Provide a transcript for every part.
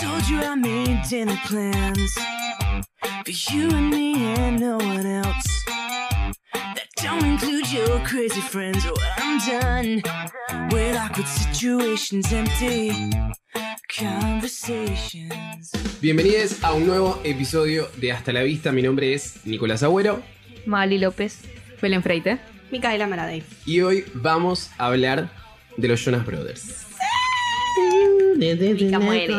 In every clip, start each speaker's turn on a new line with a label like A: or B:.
A: Told you I made dinner plans for you and me and no one else. That don't include your crazy friends. Oh, I'm done with awkward situations, empty conversations.
B: Bienvenidos a un nuevo episodio de Hasta la Vista. Mi nombre es Nicolás Agüero
C: Mali López.
D: Belén Freite.
E: Micaela Maradei.
B: y hoy vamos a hablar de los Jonas Brothers.
C: Mica muere.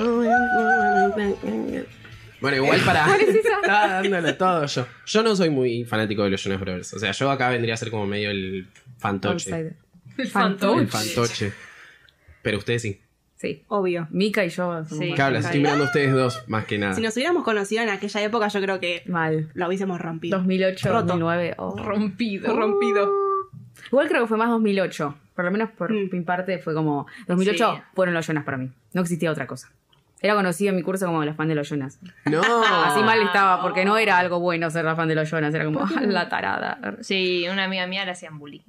B: Bueno, igual para. Estaba dándolo todo yo. Yo no soy muy fanático de los Jonas Brothers. O sea, yo acá vendría a ser como medio el fantoche.
C: Outsider.
B: El
C: Fantoche.
B: fantoche. Pero ustedes sí.
C: Sí.
E: Obvio.
C: Mica y yo. somos
E: Sí.
B: Claro, las estoy mirando a ustedes dos, más que nada.
E: Si nos hubiéramos conocido en aquella época, yo creo que
C: Mal.
E: lo hubiésemos rompido.
C: 2008,
E: Roto.
C: 2009. oh. Uh.
E: Rompido. Rompido.
C: Igual creo que fue más 2008. Por lo menos por
E: Mm.
C: mi parte fue como. 2008
E: Sí.
C: fueron los Jonas para mí. No existía otra cosa. Era conocido en mi curso como la fan de los Jonas.
B: No.
C: Así mal estaba, porque no era algo bueno ser la fan de los Jonas. Era como, "Ah, la tarada.
F: Sí, una amiga mía la hacían bullying.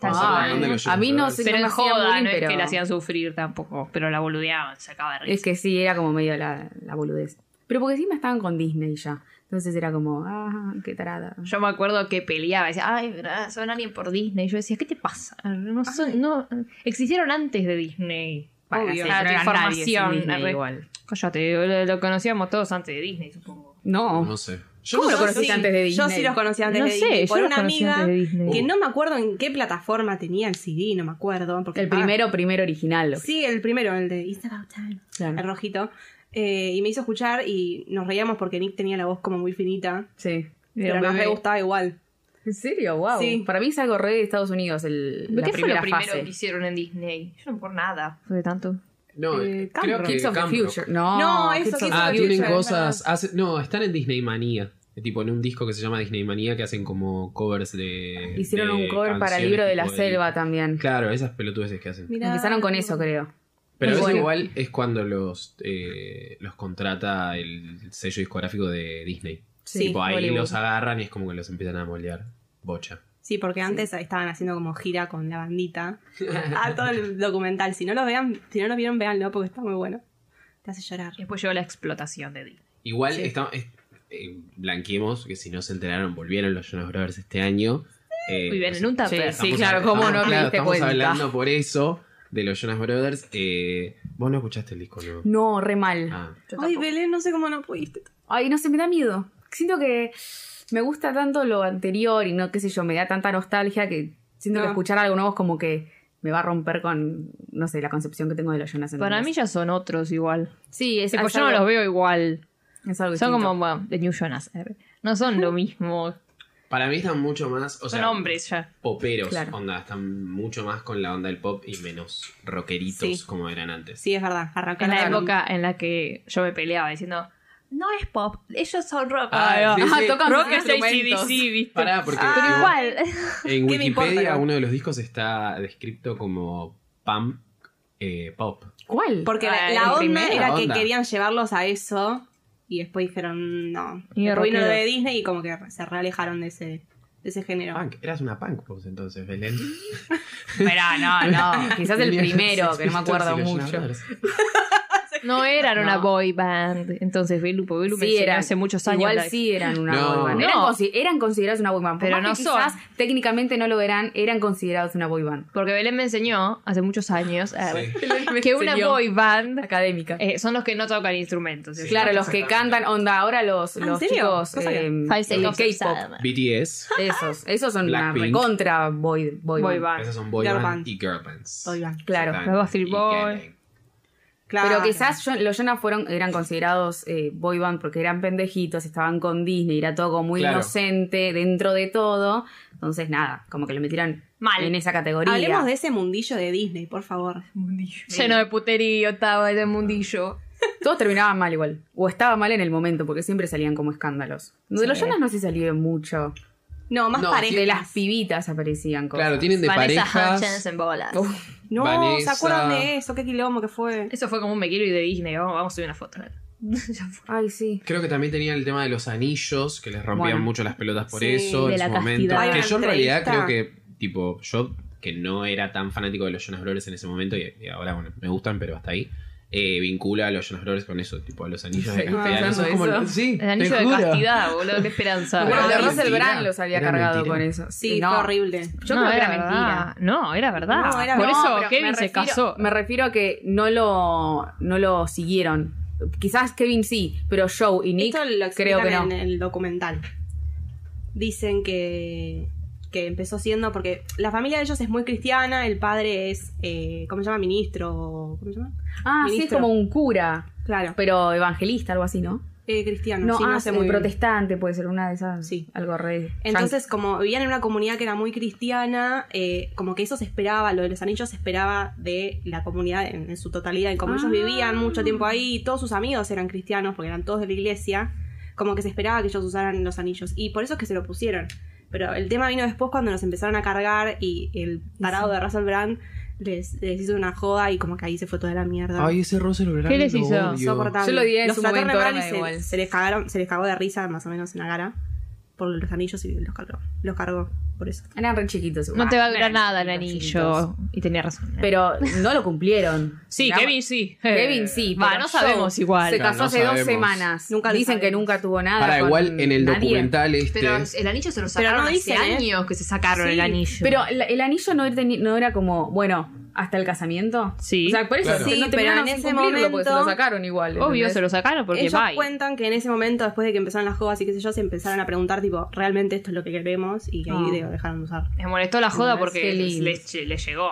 B: Vamos a hablar de los
C: a mí no
B: Jonas
C: sé
F: pero
C: no me
F: en
C: hacían
F: joda,
C: bullying,
F: no es
C: pero-
F: que la hacían sufrir tampoco. Pero la boludeaban, sacaba de risa.
C: Es que sí, era como medio la, la boludez. Pero porque encima estaban con Disney ya. Entonces era como, ah, qué tarada.
F: Yo me acuerdo que peleaba, decía, ay, ¿verdad? son alguien por Disney. Y yo decía, ¿qué te pasa? Ah,
C: Ah,
F: No son- no, existieron antes de Disney.
C: Bueno,
E: Obvio.
C: sí,
F: Claro,
C: no era nadie sin
F: información,
C: Disney
F: arre.
C: igual.
F: Cállate, lo, lo conocíamos todos antes de Disney, supongo.
C: No.
B: Brothers. No sé. Yo
C: ¿Cómo
B: no
C: lo
B: sé.
C: conociste
E: sí,
C: antes de Disney?
E: Yo sí los conocí antes
F: No
E: de
F: sé,
E: Disney.
F: yo
E: por
F: los
E: una
F: conocí
E: amiga
F: antes de Disney.
E: que no me acuerdo en qué plataforma tenía el CD, no me acuerdo. Porque
C: El
E: ah,
C: primero, primero original. lo-
E: Sí, el primero, el de It's About Time, el
C: Claro.
E: rojito. Eh, y me hizo escuchar y nos reíamos porque Nick tenía la voz como muy finita.
C: Sí.
F: Era
E: pero nos
F: bebé.
E: re gustaba igual.
C: ¿En serio? Wow.
E: Sí.
C: Para mí es algo re de Estados Unidos el,
F: ¿Pero
C: la
F: ¿Qué fue
C: primera
F: lo primero
C: fase.
F: que hicieron en Disney? Yo no por nada. Fue de tanto.
B: No,
E: Eh,
B: creo
E: Camp
B: que
C: Kids of the
B: Camp Rock.
C: Future. No,
E: No, eso,
C: Kids of
E: Kids
C: the
B: Ah,
E: of the
B: tienen
E: Future, es
B: cosas. hace- no, están en Disney Manía. Tipo en un disco que se llama Disney Manía que hacen como covers de.
C: Hicieron
B: de
C: un cover para el
B: canciones
C: libro de
B: tipo
C: la selva también.
B: Claro, esas pelotudeces que hacen.
E: Mirá.
C: Empezaron con eso, creo.
B: Pero a veces
C: Bueno.
B: igual es cuando los, eh, los contrata el sello discográfico de Disney.
E: Sí,
B: tipo ahí
C: Hollywood.
B: los agarran y es como que los empiezan a moldear. Bocha.
E: Sí, porque antes estaban haciendo como gira con la bandita. Ah, todo el documental. Si no lo vean, si no lo vieron, véanlo porque está muy bueno. Te hace llorar.
F: Después llegó la explotación de Disney.
B: Igual está- es- eh, blanqueemos que si no se enteraron, volvieron los Jonas Brothers este año. Eh,
F: Vivían en
B: no
F: un
B: sé,
F: tupper.
C: Sí, Ah,
B: estamos
C: claro,
B: hablando-
C: ¿cómo no te
B: claro,
C: diste
B: Estamos
C: cuenta?
B: hablando por eso de los Jonas Brothers. Eh, Vos no escuchaste el disco, ¿no?
C: No, re mal.
B: Ah.
E: Ay, Belén, no sé cómo no pudiste.
C: Ay, no sé, me da miedo. Siento que me gusta tanto lo anterior y no, qué sé yo, me da tanta nostalgia que siento que
E: Ah.
C: escuchar algo nuevo es como que me va a romper con, no sé, la concepción que tengo de los Jonas. ¿entendés?
F: Para mí ya son otros igual.
C: sí, es,
F: Tipo,
C: Ah, es
F: pues yo no
C: algo-
F: los veo igual.
C: es algo
F: Son
C: distinto.
F: como, bueno, de New Jonas. eh. No son lo mismo.
B: Para mí están mucho más. O
F: son
B: sea,
F: hombres ya.
B: poperos,
C: Claro.
B: onda, están mucho más con la onda del pop y menos rockeritos
E: Sí.
B: como eran antes.
E: Sí, es verdad. Arrancaron.
F: En la época en la que yo me peleaba diciendo, no es pop, ellos son rock.
B: Ay,
F: Ah,
B: sí,
F: ah,
B: sí.
F: tocan rock es
C: instrumentos.
F: ACDC, viste.
B: Pará, porque
F: Pero
B: igual-
F: igual,
B: en
E: ¿Qué me importa,
B: Wikipedia
E: no?
B: uno de los discos está descrito como punk eh, pop.
C: ¿Cuál?
E: Porque la,
F: Ah,
E: la
F: el
E: onda
F: primero.
E: era
B: La
E: que
B: onda.
E: querían llevarlos a eso y después dijeron no.
F: Y de
E: Después vino lo
F: rockero.
E: de Disney y como que se realejaron de ese, de ese género.
B: Punk, eras una punk pues, entonces, Belén.
C: Espera, no, no. Quizás el
B: Tenías
C: primero,
B: Sex
C: que no me
B: Pistols
C: acuerdo
B: y los
C: mucho.
B: Jonas Brothers.
F: no eran una
C: No.
F: boy band. Entonces, Belu, porque Belu
C: Sí,
F: mencionó
C: eran.
F: hace muchos años.
C: Igual
F: la-
C: sí eran una
B: No.
C: boy band. Eran,
F: No.
C: consi- eran considerados una boy band. Por
F: Pero
C: más que
F: no
C: quizás técnicamente no lo eran, eran considerados una boy band.
F: Porque Belén me enseñó hace muchos años eh,
B: Sí.
F: que una
C: Serio.
F: boy band
C: académica.
F: eh, son los que no tocan instrumentos.
B: Sí.
C: Claro, los que cantan, oh, onda, ahora los,
E: ¿En
C: los
E: serio?
C: chicos
E: No sabía.
C: eh,
F: Five
C: de
F: Seconds of
C: K-pop,
F: Summer.
B: BTS.
C: esos, esos son una
B: Blackpink.
C: contra boy, boy,
F: Boy
C: band.
F: band.
B: Esas son boy
E: Girl
B: band,
E: band.
B: y girl bands.
E: Todo iba.
C: Claro.
B: Están-
F: Los Backstreet
B: y
F: Boys.
B: Gang.
E: Claro.
C: Pero quizás yo- los Jonas fueron, eran considerados eh, boy band porque eran pendejitos, estaban con Disney, era todo como muy
B: Claro.
C: inocente dentro de todo. Entonces, nada, como que le metieron
F: Mal.
C: en esa categoría.
E: Hablemos de ese mundillo de Disney, por favor.
F: Lleno de puterío, estaba ese mundillo.
C: Todos terminaban mal igual. O estaba mal en el momento, porque siempre salían como escándalos. De los Jonas no se salió mucho.
E: No, más
B: No,
E: parejas.
C: De las pibitas aparecían cosas.
B: Claro, tienen de
F: Vanessa Hutchins
B: parejas.
F: en bolas.
C: Uf,
E: No,
B: Vanessa.
E: ¿se acuerdan de eso? ¿Qué quilombo que fue?
F: Eso fue como un me quiero y de Disney. Vamos, vamos a subir una foto. Ya fue.
C: ay, sí.
B: Creo que también tenían el tema de los anillos, que les rompían
C: Bueno.
B: mucho las pelotas por
E: Sí,
B: eso
F: de
B: en
F: la
B: su momento.
F: castidad.
B: Que yo en realidad
E: Entrevista.
B: creo que, tipo, yo que no era tan fanático de los Jonas Brothers en ese momento, y, y ahora, bueno, me gustan, pero hasta ahí. eh, vincula a los Jonas Brothers con eso, tipo, a los anillos de
C: Sí,
B: castidad.
C: pensando
B: Eso es como-
C: eso.
B: Sí,
F: El anillo
B: te
F: de
B: juro.
F: castidad, boludo. Qué esperanza.
B: Pero era
C: Bueno, de Russell
B: mentira.
C: Brand los había
B: Era
C: cargado
B: mentira.
C: con eso.
E: Sí,
C: no.
E: fue horrible.
C: Yo
F: No,
C: creo que era
F: verdad.
C: mentira.
F: No, era verdad.
E: No, era
F: Por
E: verdad.
F: eso
C: pero
F: Kevin
C: me
F: se
C: refiero-
F: casó.
C: Me refiero a que no lo, no lo siguieron. Quizás Kevin sí, pero Joe y Nick
E: Esto lo
C: creo
E: explican
C: que no.
E: en el documental. Dicen que, que empezó siendo porque la familia de ellos es muy cristiana, el padre es, eh, ¿cómo se llama? Ministro, ¿cómo se llama?
C: Ah, sí, es
E: Ministro.
C: como un cura,
E: Claro,
C: pero evangelista, algo así, ¿no?
E: eh, cristiano,
C: No,
E: sí,
C: ah,
E: no sé muy bien.
C: protestante puede ser una de esas.
E: Sí.
C: Algo re.
E: Entonces, como vivían en una comunidad que era muy cristiana, eh, como que eso se esperaba, lo de los anillos se esperaba de la comunidad en, en su totalidad. Y como ellos
C: Ah.
E: vivían mucho tiempo ahí, y todos sus amigos eran cristianos, porque eran todos de la iglesia, como que se esperaba que ellos usaran los anillos. Y por eso es que se lo pusieron. Pero el tema vino después cuando nos empezaron a cargar y el tarado de Russell Brand les, les hizo una joda y como que ahí se fue toda la mierda.
B: Ay, ese Russell Brand.
F: ¿Qué les
B: lo
F: hizo?
B: odio.
E: Insoportable.
C: Yo lo diría en
E: Los
C: su
E: trató re
C: momento, ahora
E: mal y
C: me da
E: se,
C: igual.
E: se les cagaron, se les cagó de risa más o menos en la cara por los anillos y los cargó, los cargó por eso.
C: Eran re chiquitos.
F: No te va a durar
C: Eran
F: nada el
C: Ah, chiquitos,
F: anillo. Y tenía razón.
C: Pero no lo cumplieron.
F: sí,
C: Digamos,
F: Kevin sí.
C: Kevin sí.
F: Va,
C: pero
F: no
C: Joe
F: sabemos igual.
C: Se
B: No,
C: casó
B: no
C: hace
B: sabemos.
C: dos semanas.
E: Nunca lo
C: Dicen que
E: sabemos.
C: nunca tuvo nada.
B: Para
C: con
B: igual en el
C: nadie.
B: documental este.
F: Pero el anillo se lo
E: Pero
F: sacaron
E: no
F: hace
E: dicen, ¿eh?
F: años que se sacaron
E: Sí,
F: el anillo.
C: Pero la- el anillo no, teni- no era como, bueno, hasta el casamiento.
F: Sí.
C: O sea, por eso
B: Claro.
C: se-
E: Sí,
C: no
E: pero
C: terminaron
E: en
C: sin
E: ese
C: cumplirlo, porque se lo
E: momento-
C: sacaron igual.
F: Obvio
C: ¿entendés?
F: se lo sacaron porque
E: Ellos
F: bye.
E: cuentan que en ese momento, después de que empezaron las jodas y qué sé yo, se empezaron a preguntar tipo, ¿realmente esto es lo que queremos? Y que ahí
C: Ah.
E: de- dejaron de usar.
F: Les molestó la joda
C: Ah, qué
F: porque
C: lindo.
F: les, les llegó.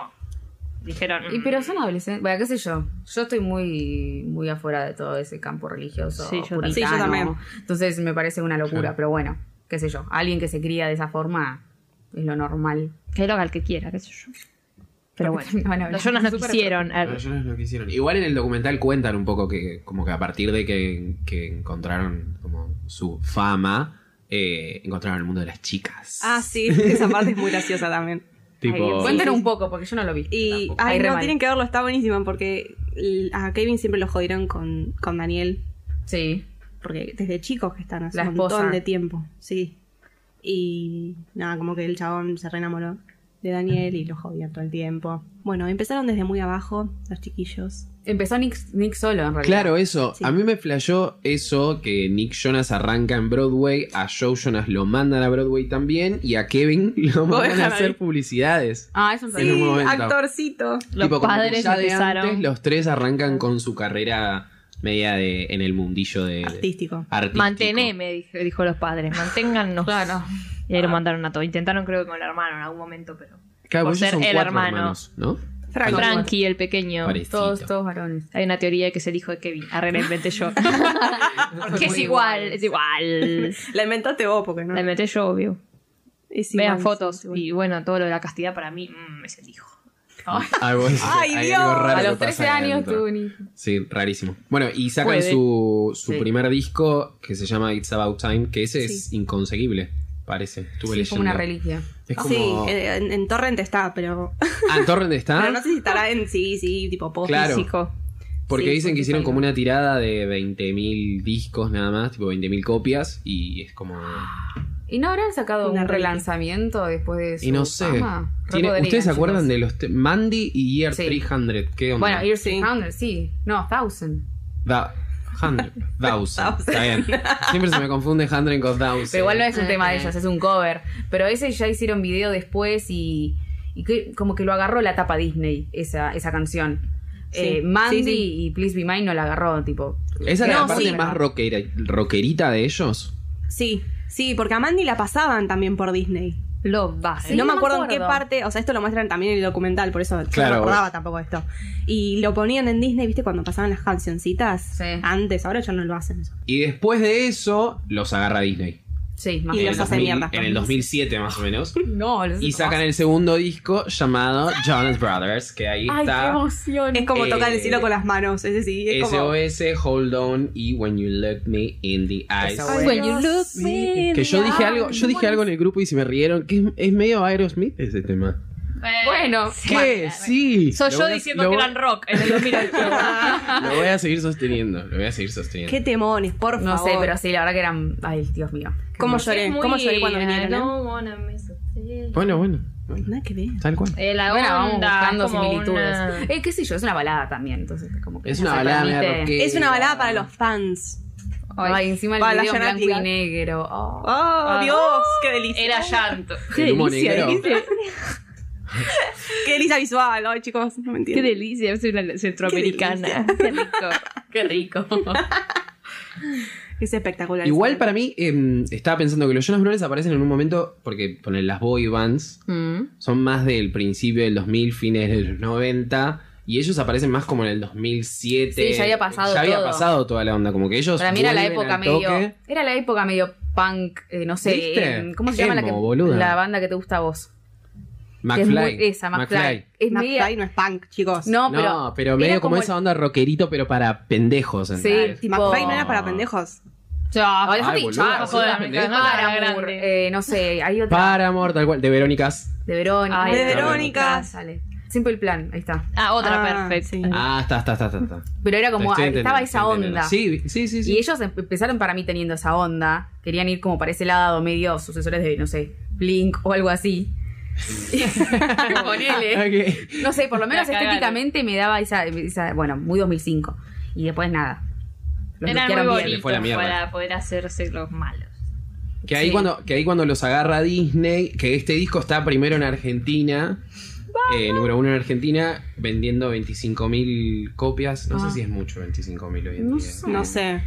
F: Dijeron.
C: Y
F: mm,
C: pero son adolescentes, bueno, qué sé yo. Yo estoy muy muy afuera de todo ese campo religioso
F: Sí, yo
C: puritano.
E: también. Sí, yo también.
C: Entonces me parece una locura,
B: Claro.
C: pero bueno, qué sé yo. Alguien que se cría de esa forma es lo normal.
F: Que lo haga el que quiera, qué sé yo. Pero bueno.
C: Van a hablar.
F: Los Jonas no
C: Súper-
F: quisieron. eh,
B: Pero ellos no lo quisieron. Igual en el documental cuentan un poco que, como que a partir de que, que encontraron como su fama, eh, encontraron el mundo de las chicas.
E: Ah, sí, esa parte es muy graciosa también.
B: Tipo,
C: Cuenten un poco, porque yo no lo vi.
E: Y
C: tampoco.
E: ay,
C: Ahí re
E: no,
C: mal.
E: tienen que verlo, está buenísima porque l- a Kevin siempre lo jodieron con, con Daniel
C: Sí.
E: porque desde chicos que están hace un
C: La
E: montón
C: esposa.
E: de tiempo, sí. Y nada, como que el chabón se reenamoró de Daniel y lo jodían todo el tiempo. Bueno, empezaron desde muy abajo los chiquillos.
C: Empezó Nick, Nick solo, en realidad.
B: Claro, eso.
E: Sí.
B: A mí me flashó eso que Nick Jonas arranca en Broadway, a Joe Jonas lo mandan a Broadway también y a Kevin lo mandan a
E: dejan
B: hacer
E: ahí.
B: publicidades.
C: Ah, eso
B: En un
E: Sí,
B: momento.
E: actorcito.
F: Los
B: Tipo, como que
F: padres
B: ya de
F: empezaron.
B: antes los tres arrancan con su carrera media de en el mundillo de
E: Artístico.
B: artístico.
F: Manteneme, dijo, dijo los padres. Manténgannos.
C: Claro.
F: Y ahí lo mandaron a todo. Intentaron, creo que con el hermano en algún momento, pero.
B: Claro,
F: Por
B: porque ellos
F: ser
B: son
F: el
B: cuatro
F: hermano.
B: hermanos, ¿no?
E: Franco.
F: Frankie, el pequeño.
B: Parecido.
C: Todos, todos varones.
F: Hay una teoría de que es el hijo de Kevin. Arre, la inventé yo. que es igual, es igual.
E: La inventaste vos porque no.
F: La inventé yo, obvio.
E: Es igual,
F: Vean
E: sí,
F: fotos.
E: es igual.
F: Y bueno, todo lo de la castidad para mí mm, es el hijo.
B: Ay, bueno,
E: Ay,
B: hay
E: Dios.
B: algo raro
C: A
B: que
C: los 13
B: pasa ahí
C: años
B: adentro.
C: tuvo un hijo.
B: Sí, rarísimo. Bueno, y sacan
F: Puede.
B: su, su
C: Sí.
B: primer disco que se llama It's About Time, que ese es inconseguible, parece. Estuve
C: Sí, es
B: leyendo.
C: como una Ah, reliquia.
B: Es como...
E: Sí, en, en Torrent está, pero,
B: Ah, ¿en Torrent está.
E: pero no sé si estará en sí, sí, tipo post.
B: Claro.
F: Físico.
B: Porque
E: sí,
B: dicen que
E: Spotify
B: hicieron como
E: no.
B: una tirada de 20.000 discos nada más, tipo 20.000 copias, y es como...
C: Ah, ¿Y no habrán sacado
E: Una
C: un
E: reliquia.
C: relanzamiento después de su
B: Y no sé.
C: fama? Re
B: Tiene-
C: podrían,
B: ¿Ustedes se acuerdan
C: chicos.
B: de los... te- Mandy y Year
C: Sí.
B: 300? ¿Qué onda?
C: Bueno, Ear
E: Sí.
C: 600, sí. No, Thousand.
B: Da- 100, thousand. Está bien. Siempre se me confunde 100 con Thousand.
C: Pero igual no es un tema de ellos, es un cover. Pero ese ya hicieron video después y, y que- como que lo agarró la tapa Disney, esa, esa canción.
E: Sí.
C: Eh,
E: Sí,
C: Mandy
E: sí.
C: y Please Be Mine no la agarró, tipo.
B: Esa era la
E: No,
B: parte
E: sí.
B: más rockera, rockerita de ellos.
E: Sí, sí, porque a Mandy la pasaban también por Disney.
F: Lo base.
E: no
C: no
E: me
C: me
E: acuerdo, en qué
C: acuerdo.
E: parte, o sea, esto lo muestran también en el documental, por eso yo
B: Claro,
E: no me acordaba tampoco de esto. Y lo ponían en Disney, ¿viste? Cuando pasaban las cancioncitas
C: Sí.
E: antes, ahora ya no lo hacen eso.
B: Y después de eso, los agarra Disney.
D: Sí, más o
E: Y
B: en, el
E: los
D: menos.
E: hace mierda.
B: en el 2007 más o menos.
D: No, los
B: Y sacan el segundo disco llamado Jonas Brothers, que ahí
F: Ay, qué
B: está
F: emoción.
E: Es como
B: Eh,
E: tocar el cielo con las manos, ese sí. Es como,
B: SOS, Hold On y When You Look Me in the Eyes.
D: Esa
F: When you look me in
B: Que yo
F: the
B: dije
F: eye.
B: algo, yo dije algo en el grupo y se me rieron, que es, es medio Aerosmith ese tema.
F: Bueno,
B: ¿Qué? Sí.
F: Soy
B: Lo
F: yo
B: voy a-
F: diciendo
B: lo
F: que
B: voy-
F: eran rock en el 2008.
B: Lo voy a seguir sosteniendo, lo voy a seguir sosteniendo.
E: qué temones, por
D: No
E: favor.
D: sé, pero sí, la verdad que eran. Ay, Dios mío.
E: ¿Cómo lloré?
F: Es muy-
E: ¿Cómo lloré cuando
F: I
E: vinieron? eh?
F: don't wanna miss a thing.
B: Bueno, bueno, bueno,
E: Nada que ver.
B: tal cual.
F: Eh, la
D: Bueno,
F: onda,
D: vamos buscando
F: es como
D: similitudes.
F: una-
D: Eh, qué sé yo, es una balada también, entonces como que
B: Es
D: no
B: una
D: se
B: balada media
D: permite-
B: rockera.
E: Es una balada para los fans.
D: Ay, encima el
E: Para la
D: video en
E: Janet
D: blanco
E: Pilar.
D: y negro. Oh.
E: ¡Oh, Dios! ¡Qué delicia!
F: Era llanto.
B: El humo negro.
E: ¡Qué delicia visual! Ay, chicos, no me
F: Qué
E: entienden.
F: delicia, es una centroamericana. Qué rico. Qué rico.
E: Es espectacular.
B: Igual para mí, em, estaba pensando que los Jonas Brothers aparecen en un momento, porque ponen las boy bands
D: Mm.
B: son más del principio del 2000, fines de los 90. Y ellos aparecen más como en el 2007.
D: Sí, ya había pasado
B: Ya había
D: todo.
B: pasado toda la onda. Como que ellos.
D: Para mí era la
B: vuelven
D: época
B: al toque.
D: medio. Era la época medio punk, eh, no sé.
B: ¿Viste?
D: eh, ¿Cómo se llama
B: Emo,
D: la, que-
B: boluda.
D: la banda que te gusta a vos? Que es
B: McFly.
D: muy- esa, McFly. Es media-
E: McFly no es punk, chicos.
D: No, pero.
B: No, pero
D: era
B: medio como,
D: como el-
B: esa onda rockerito, pero para pendejos. ¿entendés?
E: Si
D: tipo-
E: McFly no era para pendejos.
D: Ah,
F: Ay,
D: dejate
B: Ay,
D: hinchar,
B: boluda,
D: joder,
B: sos una
D: me
B: pendeja.
D: cagaba.
F: Para
D: Para
F: grande.
D: Moore, eh, no sé, hay otra.
B: Para amor, tal cual. De Verónicas.
D: De Verónica.
F: Ay,
E: De
F: perdón.
E: Verónica.
D: Sale. Simple plan, ahí está.
F: Ah, otra
E: Ah,
F: perfecta.
E: sí.
B: Ah, está, está, está, está. está.
D: Pero era como,
B: Estoy
D: ah,
B: entendiendo,
D: estaba esa
B: estoy
D: onda.
B: entendiendo. Sí, sí, sí. sí.
D: Y ellos em- empezaron para mí teniendo esa onda. Querían ir como para ese lado, medio sucesores de, no sé, Blink o algo así. Ponele.
B: Ok.
D: No sé, por lo menos
F: La cagaron.
D: estéticamente me daba esa, esa- Bueno, muy 2005. Y después nada. Los
F: Eran muy
D: bloquearon bien.
F: bonitos
B: fue la mierda.
F: para poder hacerse los malos.
B: Que ahí,
D: Sí.
B: cuando, que ahí cuando los agarra Disney, que este disco está primero en Argentina, eh, número uno en Argentina, vendiendo 25.000 copias.
D: Ah.
B: No sé si es mucho 25.000 hoy en día.
E: No sé.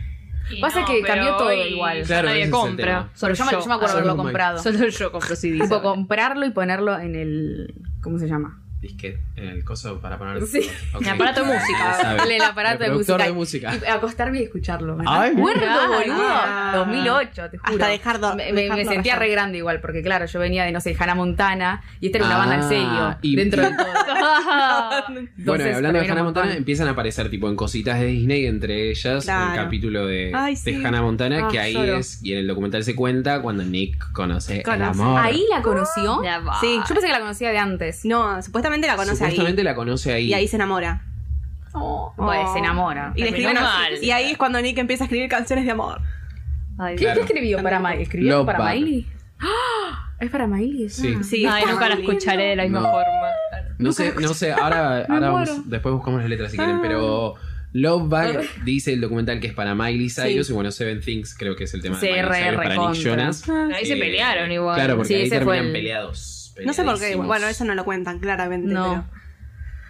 F: Y
D: Pasa que
F: pero
D: cambió todo
F: hoy
D: igual.
B: Claro, ese es
F: nadie
B: el
F: compra.
B: tema.
F: Solo
D: yo, me- yo me acuerdo
B: Solo
D: haberlo
B: Mike.
D: comprado.
F: Solo yo compro CDs.
D: Tipo,
F: ahora.
D: comprarlo y ponerlo en el. ¿Cómo se llama?
B: Disquet, en el coso para poner.
D: Sí.
B: Ok.
F: El aparato de música.
B: Sabe.
D: En el aparato de
B: Reproductor
D: música.
B: de música.
D: Y acostarme y escucharlo. Ah, Me
B: Ay,
D: acuerdo,
F: mira.
D: boludo.
E: Ah.
D: 2008, te juro.
E: Hasta dejar do-
D: Me- Me, me
E: dejarlo
D: sentía
E: rayar.
D: re grande igual, porque claro, yo venía de, no sé, Hannah Montana y esta era una
B: Ah,
D: banda en serio.
B: y-
D: dentro
B: y-
D: de todo.
F: Ah.
E: Ah.
B: Bueno, y
D: Entonces,
B: hablando de
D: también
B: Hannah
D: un montón.
B: Montana, empiezan a aparecer tipo en cositas de Disney, entre ellas
E: Claro.
B: el capítulo de,
E: Ay,
B: de
E: sí.
B: Hannah
D: Ah,
B: Montana, que ahí
D: lloro.
B: es, y en el documental se cuenta cuando Nick conoce el
E: Conoce.
B: amor.
D: Ahí la conoció.
F: La va.
D: Sí, yo pensé que la conocía de antes.
E: No, supuestamente la conoce ahí.
B: Supuestamente la conoce ahí.
E: Y ahí se enamora.
D: Bueno,
F: Pues,
E: Oh.
D: se enamora.
E: Y, le escribe
D: Terminó
E: una-
F: mal.
E: y ahí es cuando Nick empieza a escribir canciones de amor.
F: Ay,
D: ¿Qué,
B: Claro.
D: qué escribió para Miley? ¿Escribió
B: Love
D: para
B: Bug.
D: Miley? ¡Ah! ¿Es para Miley esa?
B: Sí.
E: Sí,
F: Ay,
E: está
F: nunca la
E: mal.
F: escucharé de la misma
B: No.
F: forma.
B: No sé, no sé, ahora,
D: Me
B: ahora
D: muero.
B: vamos- después buscamos las letras si quieren, pero Love Bug dice el documental que es para Miley Cyrus y bueno, Seven Things creo que es el tema de
D: Sí,
B: Miley
D: re,
B: Cyrus para
D: recontra.
B: Nick Jonas.
E: Ah,
B: Eh,
F: Ahí se pelearon igual.
B: Claro, porque
D: Sí,
B: ahí
D: ese fue
B: terminan
D: el-
B: peleados.
E: No sé por qué.
B: peleadísimos.
E: Bueno, eso no lo cuentan, claramente.
D: No.
E: pero-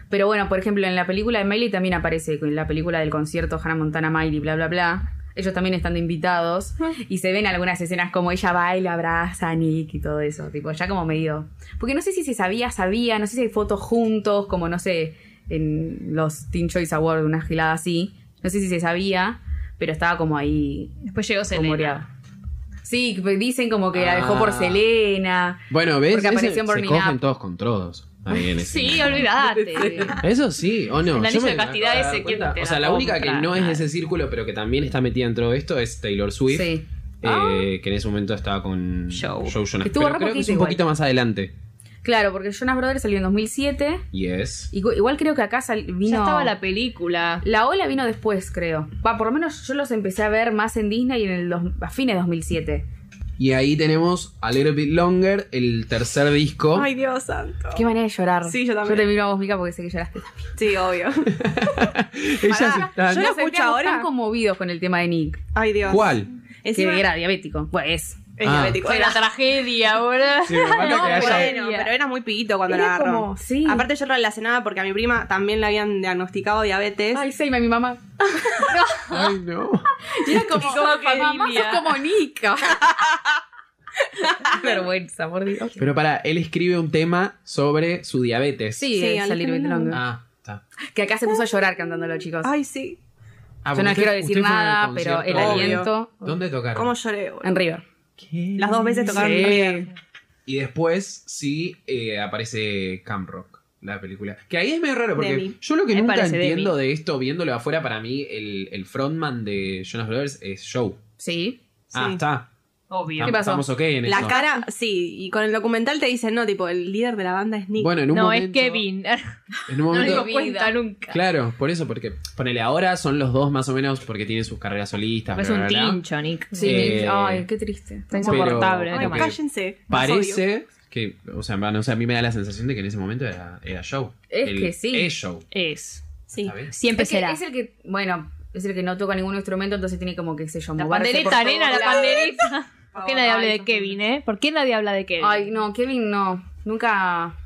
D: Pero bueno, por ejemplo, en la película de Miley también aparece, en la película del concierto Hannah Montana Miley, bla, bla, bla. Ellos también están de invitados y se ven algunas escenas como ella baila, abraza a Nick y todo eso, tipo, ya como medio. Porque no sé si se sabía, sabía, no sé si hay fotos juntos, como no sé, en los Teen Choice Awards, una gilada así. No sé si se sabía, pero estaba como ahí,
F: Después llegó
D: rumoreado.
F: Selena.
D: Sí, que dicen como que la dejó
B: Ah.
D: por Selena.
B: Bueno, ves,
D: Porque
B: Ese-
D: apareció en
B: se
D: Burning
B: cogen
D: Up.
B: todos con todos. ahí en ese
F: Sí,
B: momento.
F: olvidate.
B: Eso sí, o no.
F: El
B: Yo
F: anillo
B: me
F: de castidad
B: acabo dar
F: ese, ¿quién
B: cuenta.
F: te
B: O
F: la
B: sea, la
F: puedo
B: única que
F: comprar?
B: no es de
F: Nadie.
B: ese círculo, pero que también está metida dentro de esto, es Taylor Swift.
D: Sí.
B: eh, que en ese momento estaba con
F: Joe.
B: Jonas.
D: Ah. Estuvo
B: pero
D: re
B: creo que es
D: poquito
B: un
D: igual.
B: poquito más adelante.
D: Claro, porque Jonas Brothers salió en 2007.
B: Yes.
D: Igu- Igual creo que acá sal- vino.
F: Ya estaba la película.
D: La ola vino después, creo. Va, por lo menos yo los empecé a ver más en Disney en el dos- a fines de 2007.
B: Y ahí tenemos A Little Bit Longer, el tercer disco.
E: Ay, Dios santo.
D: Qué manera de llorar.
E: Sí, yo también.
D: Yo te miro a vos, Mica, porque sé que lloraste. también.
E: Sí, obvio.
B: Ellas están-
E: yo lo
D: Nos
E: escucho
D: sentíamos
E: ahora.
D: tan conmovidos con el tema de Nick,
E: Ay, Dios.
B: ¿Cuál?
E: Encima-
D: que era diabético. Bueno, es.
E: Es
B: Ah.
E: diabético.
F: Fue
E: Era-
F: la tragedia, ahora.
B: Sí, me mata que haya-
E: Bueno, pero era muy piquito cuando
D: Era
E: la agarró.
D: como, sí.
E: Aparte yo relacionaba porque a mi prima también le habían diagnosticado diabetes.
D: Ay, Seima, mi mamá.
B: Ay, no.
D: Y era como,
F: Y como que
D: mamá, sos
F: Lidia.
D: como Nick. Qué vergüenza, por Dios.
B: Pero para, él escribe un tema sobre su diabetes.
D: Sí,
E: Sí,
D: es salir
E: Alejandro.
D: Beltrán.
B: Ah, está.
D: Que acá se puso a llorar cantándolo, chicos.
E: Ay, sí.
B: Ah,
D: yo no
B: porque
D: quiero
B: usted-
D: decir
B: usted fue al
D: nada, pero
B: concierto.
D: el
E: Obvio.
D: aliento.
B: ¿Dónde tocaron?
E: ¿Cómo lloré? boludo?
D: En River.
E: Las dos veces tocaron
C: Sí.
E: la mierda.
B: Y después sí eh, aparece Camp Rock, la película. Que ahí es medio raro, porque
E: Demi.
B: yo lo que
F: Me
B: nunca
F: parece
B: entiendo de esto, viéndolo afuera, para mí el, el frontman de Jonas Brothers es Show.
C: Sí.
B: Ah,
E: Sí.
B: está.
F: Obvio.
B: Tam-
C: ¿Qué pasó?
B: Estamos ok en
E: La
B: eso.
E: cara, sí, y con el documental te dicen, no, tipo, el líder de la banda es Nick.
B: Bueno, en un
F: No,
B: momento.
F: es Kevin.
B: En un
F: No me
B: momento.
F: lo cuenta nunca.
B: Claro, por eso, porque ponele ahora son los dos más o menos porque tienen sus carreras solistas.
F: Es
E: Pues
B: bla,
F: un
B: bla, bla.
F: tincho, Nick.
C: Sí.
B: Eh,
C: Ay, qué triste.
B: pero-
C: Está
F: insoportable,
E: Ay,
B: como que
E: cállense. los odio.
B: Parece que, o sea, no sé, a mí me da la sensación de que en ese momento era, era Show.
C: Es que sí.
B: Es Show.
F: Es.
E: Sí.
F: Siempre
C: Es, que
F: será.
C: es el que, bueno, es el que no toca ningún instrumento, entonces tiene como que, qué sé yo,
F: La
C: moverse
F: pandereta,
C: por todos
F: nena, la
C: lados.
F: pandereta. ¿Por qué nadie
C: Ay,
F: habla de
C: Dios
F: Kevin, eh? ¿Por qué nadie habla de Kevin?
C: Ay, no, Kevin no. Nunca.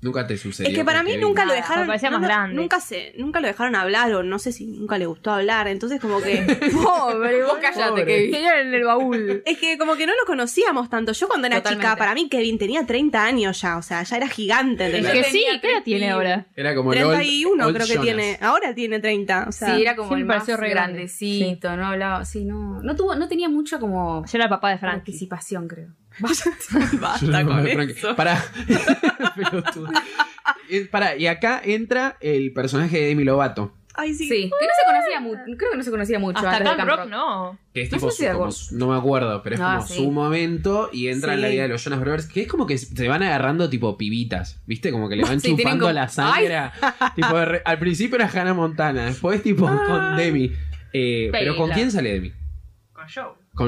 B: Nunca te sucedió.
E: Es que para
B: con
E: mí
B: Kevin.
E: nunca lo
F: Nada,
E: dejaron.
F: me parecía más
E: no, no,
F: grande.
E: Nunca, se, nunca lo dejaron hablar, o no sé si nunca le gustó hablar. Entonces, como que. Pobre,
C: Vos
E: boludo.
C: callate,
F: Kevin.
C: Kevin.
F: Tenía en el baúl.
E: Es que como que no lo conocíamos tanto. Yo cuando era
C: Totalmente.
E: chica, para mí Kevin tenía 30 años ya, o sea, ya era gigante.
F: Es
E: ¿entendés?
F: que
C: Yo
F: sí,
C: tenía
F: ¿qué edad tiene
C: tres
F: ahora?
B: Era como el old-
E: 31
B: old
E: creo que
B: Jonas.
E: tiene. Ahora tiene 30. O sea,
C: sí, era como
F: sí me
C: el más
F: pareció re grande.
C: grandecito, no hablaba. Sí, no. No tuvo, no tenía mucha como
F: Yo era el papá de Frank.
C: participación, creo.
B: Yo
E: basta
B: no
E: Ah, con
B: me franque-
E: eso.
B: Pará. Pelotudo. Eh, Pará, y acá entra el personaje de Demi Lovato.
E: Ay, sí.
C: Sí. Que no se conocía mucho. Creo que no se conocía mucho.
F: Hasta
C: antes de
F: acá en
C: Camp
F: Rock, no.
B: Que es
C: No
B: tipo
C: sé si
B: su-
C: de
B: como
C: acuerdo.
B: su- no me acuerdo, pero es
C: Ah,
B: como
C: sí.
B: su momento y entra en la
E: Sí.
B: vida de los Jonas Brothers, que es como que se van agarrando tipo pibitas, ¿viste? Como que le van
C: Sí, tienen
B: chupando
C: como-
B: la sangre. a- tipo, de re- al principio era Hannah Montana, después tipo con Demi. Eh, pero ¿con
F: Peila.
B: quién sale Demi? Con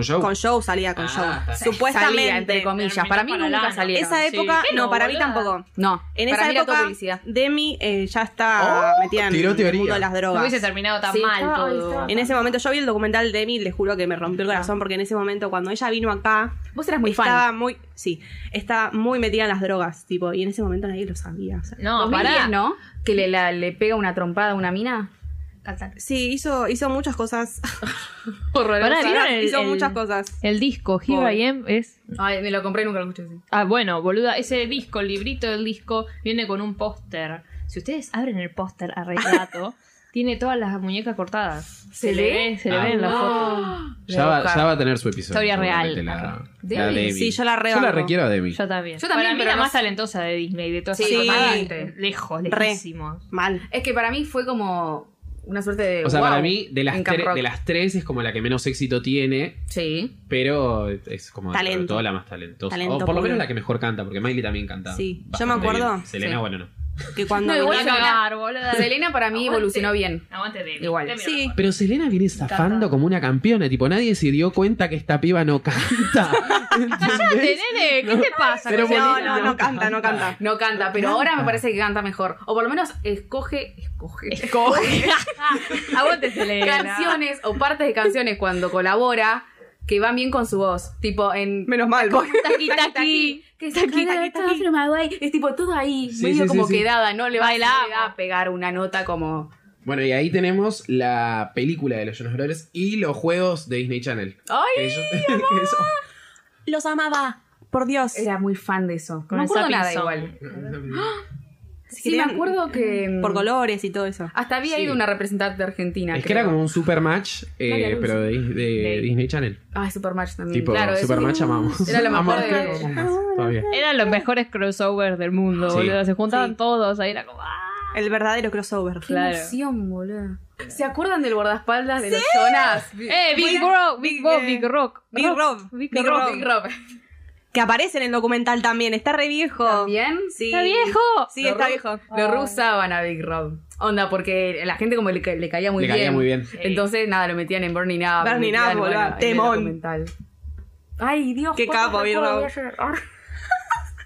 B: Joe.
E: Con show salía con
B: Ah,
E: show.
B: está bien.
E: Supuestamente.
C: Salía, entre comillas.
F: Terminó
C: Para mí
F: con
C: nunca
F: Alana.
C: salieron.
E: Esa
F: Sí.
E: época,
F: ¿Qué
E: no,
F: no,
E: para mí
F: boluda?
E: tampoco.
C: No.
E: En
C: para
E: esa
C: mí era toda
E: época,
C: publicidad.
E: Demi eh, ya está
B: Oh,
E: metida en
B: tiró
E: el
B: teoría.
E: mundo de las
F: No hubiese
E: drogas.
F: terminado tan
C: Sí,
F: mal
C: estaba-
F: todo.
E: En ese momento, yo vi el documental de Demi, les juro que me rompió el corazón, porque en ese momento, cuando ella vino acá,
C: Vos eras muy
E: estaba
C: fan.
E: muy, sí, estaba muy metida en las drogas, tipo, y en ese momento nadie lo sabía. o sea.
F: No,
C: 2010,
F: pará.
C: ¿no? Que le, la- le pega una trompada a una mina.
E: Sí, hizo, hizo muchas cosas.
F: Pará, ¿vieron el-
E: hizo
F: el-
E: muchas cosas.
F: El disco Here
C: Pobre.
F: I Am es...
C: Ay, me lo compré y nunca lo escuché. sí.
F: Ah, bueno, boluda, ese disco, el librito del disco, viene con un póster. Si ustedes abren el póster a retrato, tiene todas las muñecas cortadas.
C: ¿Se
F: Se, le
C: ve? Ah.
F: ve, se le ve en la foto.
B: ya, va, ya va a tener su episodio.
F: Historia real.
B: seguramente, La,
C: Demi.
B: la Demi.
E: Sí, yo
B: Yo
E: la
B: la
E: rebanco.
B: requiero a Demi.
F: Yo también.
C: Yo también,
F: Para mí
C: pero
F: la
C: no
F: más
C: sé.
F: talentosa de Disney, de todas
C: Sí,
F: esas
C: totalmente.
F: Lejos,
E: Re.
F: lejísimos.
E: Mal.
C: Es que para mí fue como una suerte de.
B: O sea,
C: wow,
B: para mí, de las,
C: en Camp
B: tre-
C: Rock.
B: de las tres es como la que menos éxito tiene,
C: Sí.
B: pero es como dentro de
E: Talento.
B: todo la más talentosa.
E: Talento
B: o por lo
E: puro.
B: menos la que mejor canta, porque Miley también canta.
E: Sí, yo
B: bastante
E: me acuerdo.
B: bien. Selena,
C: Sí.
B: bueno, no.
E: Que cuando
C: No, igual
E: vino-
C: yo-
F: boluda.
C: Selena para mí
F: Aguante.
C: evolucionó bien.
F: Aguante de
C: Igual.
E: Sí,
B: Pero Selena viene zafando como una campeona, tipo, nadie se dio cuenta que esta piba no canta. ¿Entendés?
F: nene, ¿qué te pasa?
B: Pero
F: José?
E: no,
B: Molina
E: no, no canta, no canta.
C: No canta, pero ahora me
B: Ah.
C: parece que canta mejor. O por lo menos escoge. Escoge. Escoge.
F: Aguante Selena.
C: canciones o partes de canciones cuando colabora que van bien con su voz. Tipo en.
E: Menos mal.
F: Taqui, taqui.
C: Que se
E: Taqui,
C: queda
E: taqui,
C: todo
E: taqui.
C: firmado ahí. Es tipo todo ahí,
B: Sí,
C: medio
B: sí,
C: como
B: sí, sí.
C: quedada, no le va
F: Bailamos.
C: no le va a pegar una nota como.
B: Bueno, y ahí tenemos la película de los Jonas Brothers y los juegos de Disney Channel.
C: ¡Ay!
B: Que yo- que eso-
E: Los amaba, por Dios.
C: Era muy fan de eso.
F: Con el
C: no me acuerdo
F: Zapping
C: nada
F: Zone.
C: igual.
E: Si
C: Sí, me
E: querían-
C: acuerdo que. mm,
E: Por colores y todo eso.
C: Hasta había
B: Sí.
C: ido una representante de Argentina.
B: es que era
C: creo.
B: como un super match, eh,
C: Dale, Luz.
B: pero de, de
F: De-
B: Disney Channel.
C: Ah, Supermatch también.
B: Tipo,
C: claro, eso-
B: super match amamos.
C: Era lo mejor
B: Amor,
C: de- Ah,
B: creo que amamos. Todavía.
F: Eran los mejores crossovers del mundo,
B: Sí.
F: boludo. Se juntaban
E: Sí.
F: todos, ahí era como... ah.
E: El verdadero crossover.
C: Qué
F: Claro.
C: emoción, boludo. ¿Se acuerdan del guardaespaldas de los Jonas?
F: ¡Eh, Big
E: Bueno,
F: Rock!
E: Big,
F: Big Bob,
E: eh,
F: Big Rock.
E: Big Rob,
F: Big
E: Big
F: Rock.
E: Rob.
C: Big Rob.
E: Que aparece en el documental también. Está re viejo.
C: ¿También?
E: Sí.
F: ¡Está viejo!
E: Sí,
C: Lo
E: está
C: re-
E: viejo.
C: Lo reusaban a Big Rob. Onda, porque la gente como le, ca- le caía muy
B: Le
C: bien.
B: caía muy bien.
C: Entonces, nada, lo metían en Burning Up.
E: Burning
C: lo metían,
E: Up, boludo,
C: en el
E: temón.
C: documental. Ay, Dios.
E: Qué
C: cuántos
E: capo, Big
C: recuerdos
E: Rob.
C: voy a hacer. Arr.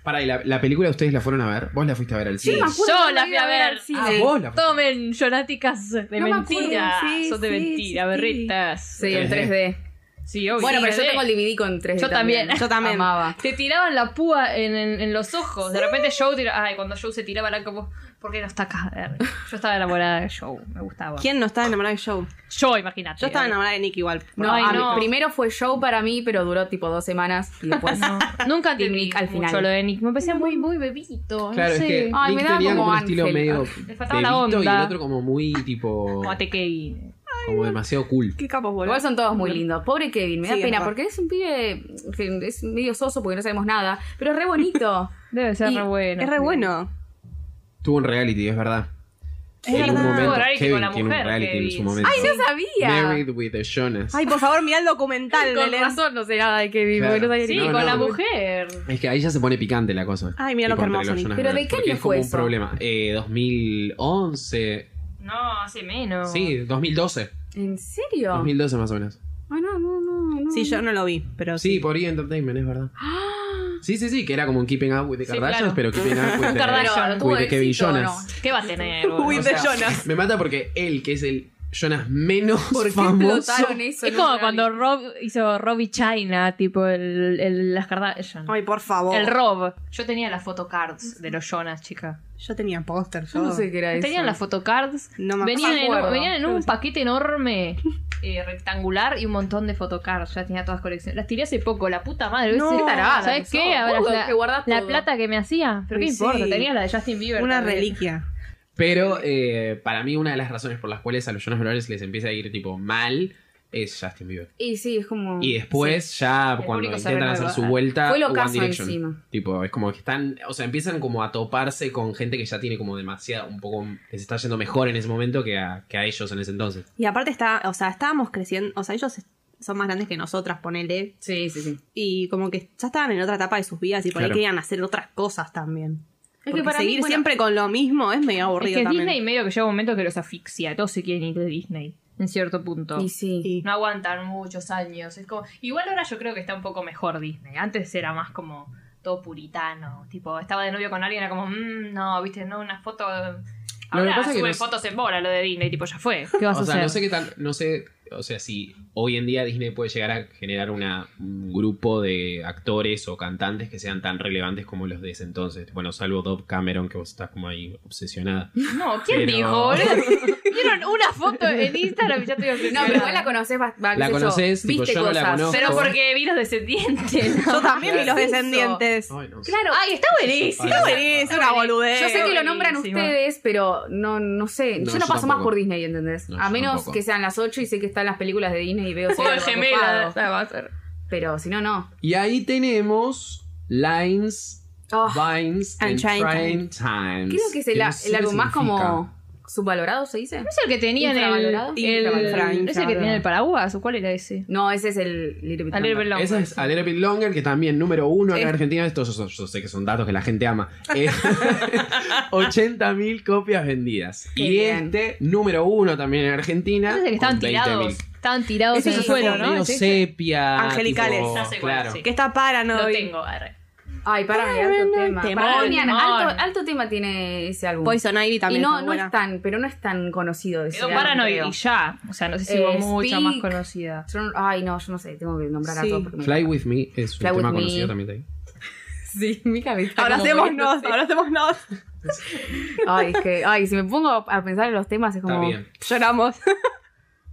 B: Pará, ¿y la, la película ustedes la fueron a ver? ¿Vos la fuiste a ver al cine?
C: me acuerdo
F: Yo
C: que
F: la
C: la
F: fui a
C: iba a ver
F: ver.
C: al cine.
B: Ah, vos la fuiste.
F: Tomen, Jonáticas de
C: No me acuerdo,
F: mentira.
E: sí,
F: Son de
E: sí,
F: mentira,
E: sí.
F: berretas.
C: Sí, en 3D.
F: Sí, obvio.
C: Bueno, pero yo
F: Sí.
C: tengo el DVD con 3D
F: Yo también.
E: eh. Yo también.
C: Amaba.
F: Te tiraban la púa en, en- en los ojos. De repente Joe tira... Ay, cuando Joe se tiraba era como... ¿Por qué no está acá? Eh, Yo estaba enamorada de Joe. Me gustaba.
E: ¿Quién no estaba enamorado de Joe?
F: Yo, imagínate.
E: Yo estaba enamorada de Nick igual.
C: No,
F: Ay,
C: a mí-
F: no.
C: primero fue show para mí, pero duró tipo dos semanas y después...
F: Nunca te
C: Nick al
F: al final.
C: final.
F: lo de Nick. Me parecía muy, muy bebito.
B: Claro,
F: no sé.
B: es que
C: Ay, me
B: Nick
C: daba
B: tenía como,
C: como
B: un estilo
C: Ángel.
B: medio
F: Le faltaba la
B: bebito y el
F: onda.
B: otro como muy tipo...
F: Como a Tequila.
B: Como demasiado cool.
E: Qué capos, boludo.
C: Igual son todos muy lindos. Pobre Kevin, me da
E: Sí, es
C: pena
E: verdad.
C: porque es un pibe que es medio soso porque no sabemos nada, pero es re bonito.
F: Debe ser
C: Y
F: re bueno.
E: Es re bueno.
B: Tuvo un reality, es verdad.
F: Es
B: en
F: verdad.
B: un momento,
F: Tuvo reality
B: Kevin
F: con la
B: tiene un
F: mujer,
B: reality en su
F: Kevin.
B: momento.
C: ¡Ay, no sabía!
B: Married with the Jonas.
E: Ay, por favor, mirá el documental,
C: Con
E: Belén.
C: razón no sé nada de Kevin,
B: Claro.
C: porque no sabía
F: Sí,
C: ni-
B: No,
F: con
B: no.
F: la mujer.
B: Es que ahí ya se pone picante la cosa.
E: Ay, mira lo
B: Tipo,
E: que
B: entre
E: hermoso,
B: los Jonas
C: ¿Pero de
B: Brothers,
C: qué
B: porque
C: año
B: es como
C: fue
B: un
C: eso?
B: problema. Eh, 2011.
F: No, hace menos.
B: Sí, 2012.
C: ¿En serio?
B: 2012 más o menos.
C: Ah, no, no, no, no.
E: Sí, yo no lo vi, pero
B: Sí,
E: sí.
B: por E! Entertainment, es verdad. Sí, sí, sí, que era como un Keeping Up with the
F: Sí,
B: Kardashians,
F: claro.
B: pero Keeping Up with the,
C: Kardashian,
B: with
C: tuvo
B: the Kevin
C: éxito,
B: Jonas.
C: ¿no?
F: ¿Qué va a tener? boludo?
E: With
F: O
E: the
F: sea,
E: Jonas.
B: Me mata porque él, que es el Jonas menos
C: ¿Por qué
B: famoso.
C: explotaron eso?
F: Es
C: en
F: como
C: un
F: cuando
C: reality?
F: Rob hizo Robbie China, tipo el, el las Kardashian.
E: Ay, por favor.
F: El Rob. Yo tenía las photocards de los Jonas, chica.
E: Yo tenía póster, yo.
C: Yo no sé qué era eso.
F: Tenían las photocards.
E: No me
F: venían,
C: me
F: en
C: acuerdo.
F: un, venían en un paquete enorme, eh, rectangular y un montón de photocards. Ya tenía todas colecciones. Las tiré hace poco, la puta madre.
E: No,
F: ¿ves?
E: qué tarada
F: ¿Sabes
C: que
F: qué?
C: sos.
F: Ahora
C: Vos
F: la,
C: que guardás
F: la
C: todo.
F: plata que me hacía. Pero qué
E: Ay,
F: importa,
E: sí.
F: tenía la de Justin Bieber.
E: Una
F: también.
E: reliquia.
B: Pero eh, para mí una de las razones por las cuales a los Jonas Brothers les empieza a ir tipo mal es Justin Bieber.
C: Y sí, es como...
B: Y después ya
F: El
B: cuando
F: público se
B: intentan
F: renueva.
B: hacer su vuelta
C: Fue lo
B: One
C: caso
B: Direction.
C: encima.
B: Tipo, es como que están, o sea, empiezan como a toparse con gente que ya tiene como demasiado, un poco, les está yendo mejor en ese momento que a, que a ellos en ese entonces.
E: Y aparte está, o sea, estábamos creciendo, o sea, ellos es- son más grandes que nosotras, ponele.
C: Sí, sí, sí.
E: Y como que ya estaban en otra etapa de sus vidas y por
B: Claro.
E: ahí querían hacer otras cosas también.
C: que
E: Es que
C: para
E: para
C: mí,
E: seguir
C: bueno-
E: siempre con lo mismo es medio
F: Es
E: aburrido
F: que
E: también.
F: Disney medio que llega un momento que los asfixia. Todos se quieren ir de Disney. En cierto punto.
C: Y sí.
E: Y-
F: no aguantan muchos años. Es como, igual ahora yo creo que está un poco mejor Disney. Antes era más como todo puritano. Tipo, estaba de novio con alguien, era como, "Mm, no, viste, no, una foto. Ahora
B: pasa es que
F: suben
B: no-
F: fotos en bola lo de Disney, tipo, ya fue. ¿Qué vas
B: O
F: a
B: sea,
F: hacer?
B: no sé qué tal, no sé, o sea, si hoy en día Disney puede llegar a generar una, un grupo de actores o cantantes que sean tan relevantes como los de ese entonces. Bueno, salvo Bob Cameron, que vos estás como ahí obsesionada.
F: No, ¿quién
B: Pero-
F: dijo? boludo? Vieron una foto en Instagram y ya estoy
C: No,
F: obsesionada.
C: pero igual la conoces bastante.
B: La conoces, tipo,
C: viste
B: yo no la
C: cosas.
B: conozco.
F: Pero porque vi los descendientes.
E: Yo también vi los
C: ¿Qué es eso?
E: descendientes.
B: Ay, no sé.
C: Claro,
F: Ay, está buenísimo.
E: Está buenísimo, una boludez.
C: Yo sé que lo nombran
F: buenísimo.
C: ustedes, pero no, no sé.
B: No,
C: yo
B: yo
C: no paso más
B: tampoco.
C: por Disney, ¿entendés?
B: No,
C: a
B: yo
C: menos
B: tampoco.
C: que sean las 8 y sé que están las películas de Disney y veo si hay
F: Juego de
C: algo
F: gemela.
C: copado. Pero si no, no.
B: Y ahí tenemos Lines,
C: Oh,
B: Vines
E: and
B: and
E: Trying
B: Trying Times.
C: creo que es
B: Que
C: el,
B: no
C: el
B: sé qué
C: álbum más como
B: significa.
C: subvalorado, ¿se dice?
F: ¿No es el que tenían el,
C: Infravalorado.
F: el,
E: Infravalorado.
F: ¿no es el que tenía el paraguas? ¿O cuál era ese?
C: No, ese es el Little Bit
F: A
C: Longer.
F: Little Bit Longer.
B: Esa es A Little Bit Longer, que también número uno acá en
E: Eh.
B: Argentina. Estos yo, yo sé que son datos que la gente ama. Eh, 80.000 copias vendidas.
C: Qué
B: y
C: bien.
B: este, número uno también en Argentina.
F: Parece que estaban
B: con
F: tirados.
B: 20.000.
F: Estaban tirados
E: Ese
F: en el
E: es un
F: suelo,
E: poco
F: ¿no?
B: Medio
F: ¿Es ese?
B: sepia.
E: Angelicales.
B: tipo,
F: Ya sé cuál,
B: claro.
F: sí.
E: Que está paranoid.
F: Lo tengo, arre.
C: Ay, para mí, alto tema.
E: Temón,
C: Para mí,
F: temón.
C: alto, alto tema tiene ese álbum.
E: Poison Ivy
C: y
E: también.
C: no,
E: está
C: no
E: buena.
C: es tan, pero no es tan conocido ese
F: Quedó
C: álbum,
F: Paranoid
C: creo.
F: y ya. O sea, no sé si
C: Eh,
F: hubo mucha
C: Speak.
F: más conocida.
C: Yo no- Ay, no, yo no sé, tengo que nombrar a
E: Sí.
C: todos. porque me-
B: Fly With Me es un
C: Fly
B: tema
C: With Me.
B: conocido también. de ahí.
C: Sí, mi cabeza.
E: Abracémonos, abracémonos.
C: Ay, es que, ay, si me pongo a pensar en los temas es
B: Está
C: como.
B: bien.
E: Lloramos.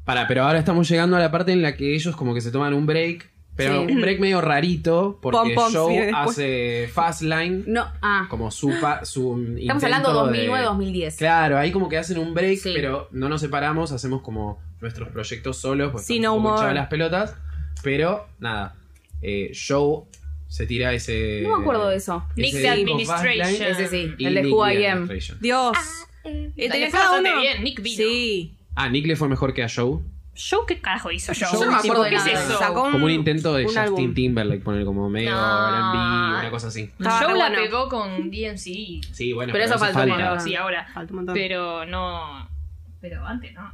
B: Para, pero ahora estamos llegando a la parte en la que ellos como que se toman un break. Pero
C: Sí.
B: un break medio rarito, porque
E: Pom-poms
B: Joe
E: viene después.
B: hace Fastline
C: No, ah.
B: como su, pa- su
C: Estamos hablando
B: intento de-
C: 2009, 2010.
B: Claro, ahí como que hacen un break,
C: Sí.
B: pero no nos separamos, hacemos como nuestros proyectos solos, porque
E: Sí,
B: estamos
E: no
B: un poco
E: more.
B: hinchados las pelotas. Pero nada, eh, Joe se tira ese.
C: No me acuerdo de eso.
B: ese
F: Nick the
B: disco
F: Administration.
B: Fastline
C: Ese sí,
B: y
C: el de
B: Nick
C: Who
B: the
C: I Am.
B: Administration.
E: Dios. Eh,
F: Le
E: tenés
F: fue
E: cada
F: bastante
E: uno.
F: bien, Nick vino.
E: Sí.
B: Ah, Nick le fue mejor que a Joe.
F: ¿Yo qué carajo hizo yo?
B: Yo no me acuerdo de
F: ¿Qué
B: nada.
F: es eso?
E: Sacó un-
B: Como un intento de
E: un
B: Justin
E: álbum.
B: Timberlake, poner como medio
F: No.
B: R&B, una cosa así.
E: Estaba
F: Joe
E: re
F: la
E: bueno.
F: pegó con DMC.
B: Sí, bueno,
C: Pero eso faltó
B: falta.
C: Ah.
F: Pero sí, ahora.
E: Falta un montón.
F: Pero no. Pero antes no.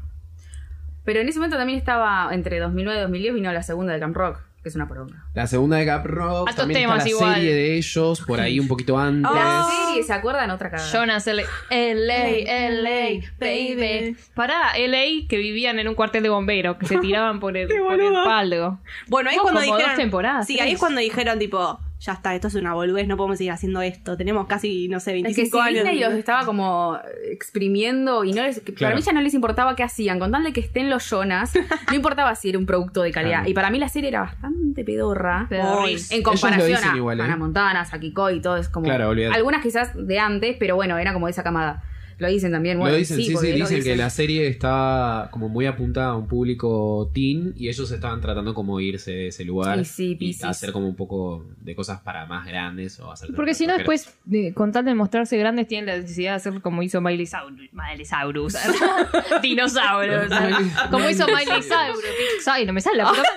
C: Pero en ese momento también estaba entre 2009 y 2010 vino la segunda de Camp Rock, que es una poronga.
B: La segunda de Gap Rock,
F: Altos
B: también está
F: temas
B: la
F: igual.
B: serie de ellos, por ahí un poquito antes.
C: La
E: Oh.
C: serie, ¿se acuerdan? Otra cagada.
F: Jonas LA, LA, LA,
E: baby.
F: baby. Pará, LA que vivían en un cuartel de bomberos, que se tiraban por el, por el
E: boludo.
F: paldo.
E: Bueno, ahí es
F: No,
E: cuando
F: como dos
E: dijeron.
F: temporadas,
E: sí,
F: tres.
E: ahí es cuando dijeron, tipo, ya está, esto es una boludez, no podemos seguir haciendo esto. Tenemos casi, no sé,
C: Es que
E: 25
C: si
E: años.
C: Disney los estaba como exprimiendo y no les, que para
B: Claro.
C: mí ya no les importaba qué hacían, con tal de que estén los Jonas, no importaba si era un producto de calidad.
B: Claro.
C: Y para mí la serie era bastante pedorra.
E: Ay,
C: En
B: Ellos lo
C: comparación
B: dicen
C: a
B: igual, ¿eh?
C: Hannah Montana, Saki Koi, todo es como.
B: Claro, olvídate.
C: Algunas quizás de antes, pero bueno, era como de esa camada. Lo dicen también, bueno,
B: lo dicen, sí, sí,
C: porque lo
B: dicen, que la serie está como muy apuntada a un público teen y ellos estaban tratando como irse de ese lugar
C: Y sí,
B: y
C: Piscis.
B: hacer como un poco de cosas para más grandes o hacer
F: Porque si no, después, de- con tal de mostrarse grandes, tienen la necesidad de hacer como hizo Miley Saurus. Miley Saurus. Dinosaurios. como hizo Miley Saurus. Ay, no me sale la puta madre.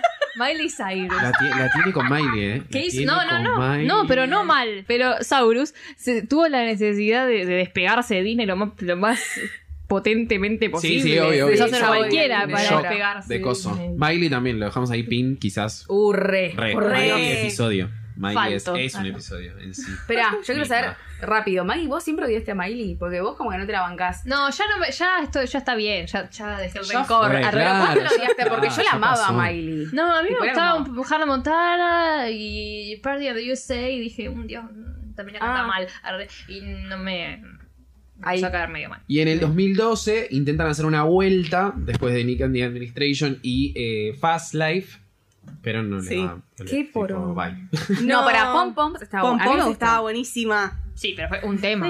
F: Miley Cyrus.
B: La, ti- la tiene con Miley, ¿eh? La
F: ¿Qué hizo?
B: tiene
F: No, no,
B: con
F: no.
B: Miley.
F: No, pero no mal. Pero Saurus se- tuvo la necesidad de, de despegarse de Disney lo más, lo más potentemente posible.
B: sí, obvio,
F: Quiso
B: obvio.
F: hacer
B: Shock,
F: cualquiera
C: de
F: para
B: shock,
F: despegarse.
B: De coso.
F: Disney.
B: Miley también, lo dejamos ahí pin, quizás.
C: Uh, re.
B: Re,
C: re.
B: Miley es episodio. Miley es,
F: Falto.
B: es un episodio en sí.
C: Espera, yo quiero saber
B: Misma.
C: rápido. Maggie, vos siempre odiaste a Miley, porque vos como que no te la bancás.
F: No, ya no me- ya estoy, ya está bien, ya, ya dejé el
C: Ya
F: rencor.
B: fue.
C: Ah, pero
B: claro,
C: vos no la
B: ya
C: odiaste
B: está,
C: porque yo la
B: ya
C: amaba
B: pasó.
C: a Miley.
F: No, a mí
C: Tipo,
F: me
C: era
F: gustaba
C: como-
F: un- Hannah Montana y Party of the USA y dije, un dios, mm, también la canta
C: Ah.
F: mal. arre, Y no me... me
C: Ahí.
F: empezó a caer medio mal.
B: Y en el 2012 intentan hacer una vuelta después de Nick and the Administration y eh, Fast Life, pero no les
E: Sí.
B: va. no les-
C: Qué
B: tipo,
C: poronga.
B: bye.
C: No,
E: No.
C: para Pom Poms estaba
E: Pom
C: bueno. A mí me
E: Pom
C: gustaba.
E: estaba buenísima.
F: Sí, pero fue un tema.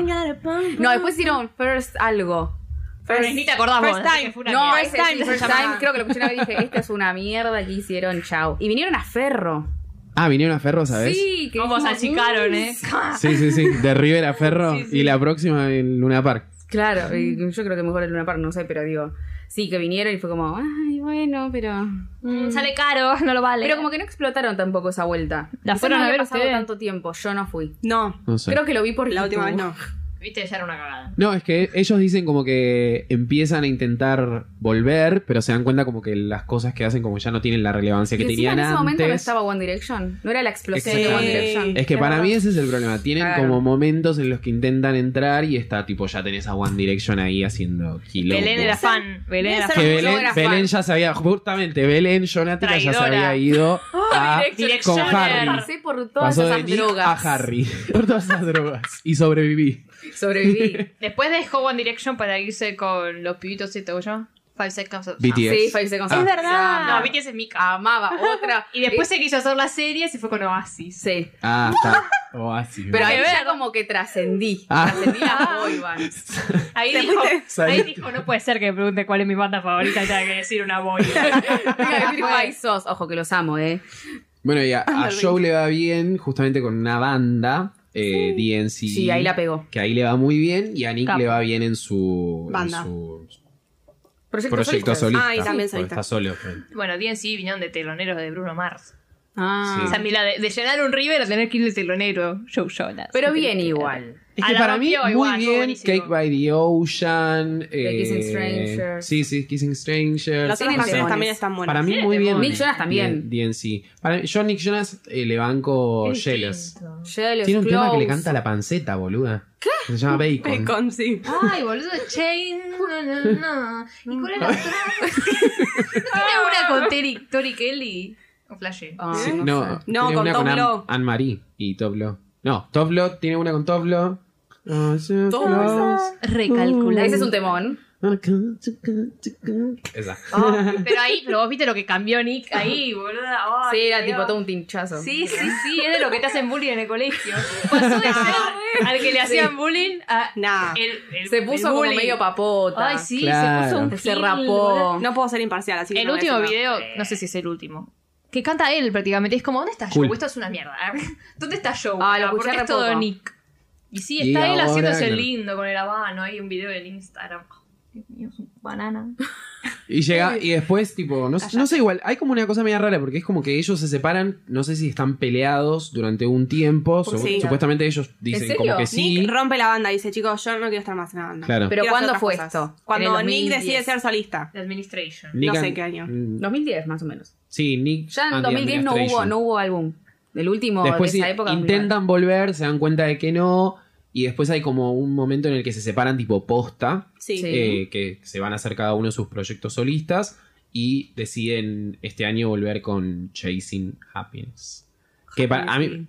C: No, después hicieron First algo.
F: Pero ni te acordás vos,
E: First
F: así
E: time.
F: que fue una
C: No,
F: mierda.
C: ese sí, First Time, creo que lo escuché una vez y dije, esta es una mierda que hicieron, chao. Y vinieron a Ferro.
B: Ah, vinieron a Ferro, ¿sabes?
C: Sí, que
F: Cómo se
C: dijimos,
F: achicaron, ¿eh?
B: sí, sí, sí, de River a Ferro y la próxima en Luna Park.
C: Claro, y yo creo que mejor el Luna Park, no sé, pero digo, sí, que vinieron y fue como, ay, bueno, pero...
F: Mm, Sale caro, no lo vale.
C: Pero como que no explotaron tampoco esa vuelta.
F: ¿La
C: Quizás
F: fueron
C: no
F: a
C: había
F: ver
C: pasado
F: ustedes?
C: tanto tiempo, yo no fui.
E: No,
B: No sé.
C: Creo que lo vi por
E: la última vez
C: YouTube.
E: no.
F: Viste, ya era una cagada.
B: No, es que ellos dicen como que empiezan a intentar volver, pero se dan cuenta como que las cosas que hacen como ya no tienen la relevancia
C: Y
B: que
C: encima
B: tenían
C: en ese momento no
B: antes.
C: estaba One Direction, no era la explosión de One
B: Exactamente.
C: Direction.
B: Es que para
E: verdad.
B: mí ese es el problema. Tienen
C: Claro.
B: como momentos en los que intentan entrar y está tipo ya tenés a One Direction ahí haciendo quilombo.
F: Belén era fan. Belén era
B: que
E: Debe ser-
F: fan.
B: Belén,
C: yo era
B: Belén
C: fan.
B: ya se había, justamente Belén Jonática ya se
F: Traidora.
B: había ido a, con
F: Directioner.
B: Harry.
C: Pasé por todas
B: Pasó de
C: esas
B: Nick
C: drogas.
B: a Harry, por todas esas drogas y sobreviví.
C: Sobreviví.
F: Después dejó One Direction para irse con los pibitos estos, ¿cómo se llama? Five Seconds of
B: BTS.
C: sí, Five Seconds.
B: Ah. Es
C: verdad.
F: No, BTS es Mika.
C: Amaba otra. Eh,
F: Y después se quiso hacer la serie y se fue con Oasis.
C: Sí.
B: Ah, está. Oh, así.
C: Pero ahí
F: Hay que
C: ya
F: ver.
C: como que trascendí.
B: Ah.
C: Trascendí la boy band.
F: Ahí dijo, ahí
B: Saliste.
F: dijo, no puede ser que me pregunte cuál es mi banda favorita y tenga que decir una boy.
C: Tengo que decir Why Sos. Ojo que los amo, ¿eh?
B: Bueno, y a, a Joe le va bien justamente con una banda, eh, DNC.
C: Sí, ahí la pegó.
B: Que ahí le va muy bien y a Nick
F: Capo.
B: le va bien en su, en
E: Banda.
B: su
C: Proyecto,
B: proyecto solista.
E: Ah, y también
B: Porque
E: solista.
B: Está solo.
F: bueno, DNC vinieron de teloneros de Bruno Mars.
C: Ah.
B: Sí.
F: O sea, mira, de, de llenar un River a tener que ir de telonero, Joe Jonas.
C: Pero bien igual.
B: Es
F: Ah,
B: que
F: la
B: para mí,
F: rompió
B: muy
F: igual, estuvo
B: bien.
F: buenísimo.
B: Cake by the Ocean. eh,
C: Kissing Stranger.
B: Sí, sí, Kissing Stranger.
E: Las otras
C: Tienen
E: canciones
C: demones.
E: también están buenas.
B: Para mí, muy bien.
C: Nick Jonas también.
B: Bien, DNC. Para mí, yo, a Nick Jonas, eh, le banco
F: Qué
B: Jealous.
F: distinto.
C: Jealous,
B: Tiene un tema que le
C: Close.
B: canta la panceta, boluda. ¿Qué? Se llama Bacon.
E: Bacon, sí.
F: Ay, boludo, Chain. No, no, no. ¿Y cuál era otra? ¿No era una con Terry, Tori Kelly? O Flash.
C: Ah,
B: Sí,
C: no sé.
B: no,
E: No,
B: tiene
E: con
B: una
E: Top
B: Anne-
E: Law.
B: Anne Marie y Top Law. No, Top Law tiene una con Top Law.
E: Top
F: Recalcular.
C: Ese es un temón.
B: Esa.
F: Oh, pero ahí, pero vos viste lo que cambió Nick ahí, boluda. Ay,
C: Sí, era
F: Dios.
C: tipo todo un tinchazo.
F: Sí, sí, sí, es de lo que te hacen bullying en el colegio. Pasó de Pues ser al que le hacían bullying a.
E: Nah.
F: El, el-
C: Se
F: el
C: puso como
F: bullying.
C: medio papota.
F: Ay, sí, se
B: Claro.
F: puso un
C: Se
F: gil,
C: rapó.
F: boluda.
E: No puedo ser imparcial, así que
F: El
E: no voy a
F: último
E: decir
F: video, no sé si es el último. Que canta él prácticamente. Es como, ¿dónde está Joe?
B: Cool.
F: Esto es una mierda. ¿eh? ¿Dónde está Joe?
C: Ah, lo
F: Ah, Porque
C: escuché
F: es
C: re
F: todo
C: poco.
F: Nick. Y sí,
B: Y
F: está él
B: ahora
F: haciéndose
B: que-
F: lindo con el habano. Hay un video en Instagram. Dios mío, es un Banana.
B: Y llega, y después, tipo, no, sé- no sé, igual, hay como una cosa media rara, porque es como que ellos se separan, no sé si están peleados durante un tiempo, su-
E: Sí.
B: supuestamente ellos dicen
C: serio?
B: como que
E: nada. Nick
B: sí.
E: rompe la banda, dice, chicos, yo no quiero estar más en la banda.
B: Claro.
C: Pero
E: Quiero
C: ¿cuándo
E: hacer otras
C: fue
E: cosas".
C: esto?
E: Cuando
C: En el
E: Nick decide
C: 2010.
E: ser solista.
F: The Administration.
B: Nick
E: no sé
B: and-
E: qué año.
B: mm,
C: 2010 más o menos.
B: Sí, Nick.
C: Ya en
B: and the
C: 2010 no hubo,
B: Administration.
C: no hubo álbum. El último
B: Después
C: de esa
B: in-
C: época.
B: intentan volver, se dan cuenta de que no. Y después hay como un momento en el que se separan tipo posta,
E: Sí.
C: Sí.
B: eh, que se van a hacer cada uno sus proyectos solistas y deciden este año volver con Chasing Happiness. Que para a mí...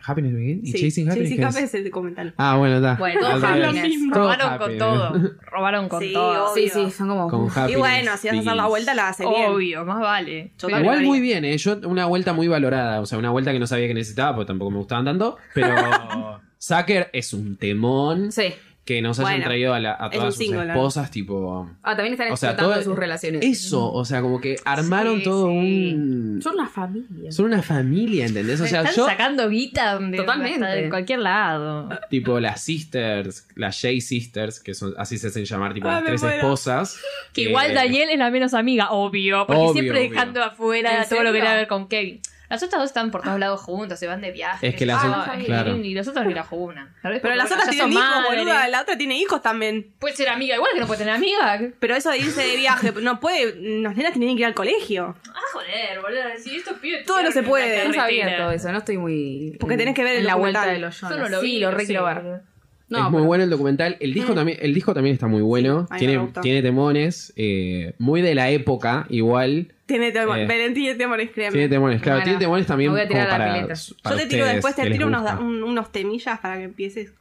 B: Happiness Begin y
E: Sí.
B: Chasing Happiness.
E: Chasing
B: ¿qué es?
E: Happiness es el comentario.
B: Ah, bueno, está.
C: Bueno,
B: Al
C: todo
B: revés.
C: Happiness.
B: Todo
F: Robaron con
B: Happiness.
F: todo. Robaron con
E: Sí,
F: todo.
C: Sí,
E: Obvio.
C: sí, son como.
B: Con Happiness
E: Y bueno, si vas a hacer la
B: Begins.
E: vuelta, la hace bien.
F: Obvio, más vale.
E: Yo
F: Pero-
E: también.
B: Igual
E: lo
B: muy
E: haría.
B: bien, ¿eh? Yo una vuelta muy valorada, o sea, una vuelta que no sabía que necesitaba, porque tampoco me gustaban tanto, pero Sucker es un temón.
C: Sí.
B: que nos hayan
E: Bueno,
B: traído a, la- a
E: es
B: todas
E: un
B: sus
E: single, ¿no?
B: esposas, tipo.
C: Ah, también están
B: O sea,
C: explotando
B: todo-
C: sus relaciones.
B: Eso, o sea, como que armaron
F: Sí,
B: todo
F: sí.
B: un.
C: Son una familia.
B: Son una familia, ¿entendés? O sea,
F: Están
B: yo,
F: sacando guita de,
C: Totalmente.
F: hasta de cualquier lado.
B: tipo, las sisters, las Jay sisters, que son así se hacen llamar, tipo,
E: Ay,
B: las
E: me
B: tres
E: muero.
B: esposas.
F: Que igual Daniel es la menos amiga, obvio, porque
B: Eh, Obvio,
F: siempre
B: obvio.
F: dejando afuera
C: ¿En
F: todo lo que
C: serio?
F: tiene que ver con Kevin. Las otras dos están por todos lados juntas, se van de viaje.
B: Es que
F: se
B: las-
F: van,
B: ah, claro.
F: Y los otros ni la jugunan. Tal vez
E: Pero
F: porque,
E: las
F: bueno,
E: otras
F: ya
E: tienen
F: son
E: hijos,
F: madres.
E: boluda. La otra tiene hijos también.
F: Puede ser amiga, igual que no puede tener amiga.
E: Pero eso de irse de viaje, no puede. Las nenas tienen que ir al colegio.
F: Ah, joder, boludo. Si estos pibes.
E: Todo no se
F: tuvieron
E: puede.
F: en la
C: No sabía
F: carretera.
C: todo eso, no estoy muy.
E: Porque tenés que ver
C: en
E: el
C: la vuelta de
E: documental.
C: los
F: Yo
C: Jonas.
F: no lo
C: sí,
F: vi,
C: lo
F: no
C: re
F: sé.
C: quiero ver.
E: No,
B: es muy
E: pero-
B: bueno el documental. El disco, también, el disco también está muy bueno.
E: a mí me
B: tiene,
E: gusta.
B: tiene temones. eh, muy de la época, igual.
E: Tiene temor.
B: Eh.
E: Belén tiene temor, créeme.
B: Tiene temones, claro.
C: Bueno,
B: tiene temones también
C: me voy a tirar
B: como
C: a la
B: para,
C: pileta.
E: Yo
B: para
E: te tiro
B: ustedes
E: después,
B: que
E: te
B: les
E: tiro unos,
B: gusta.
E: da- un- unos temillas para que empieces.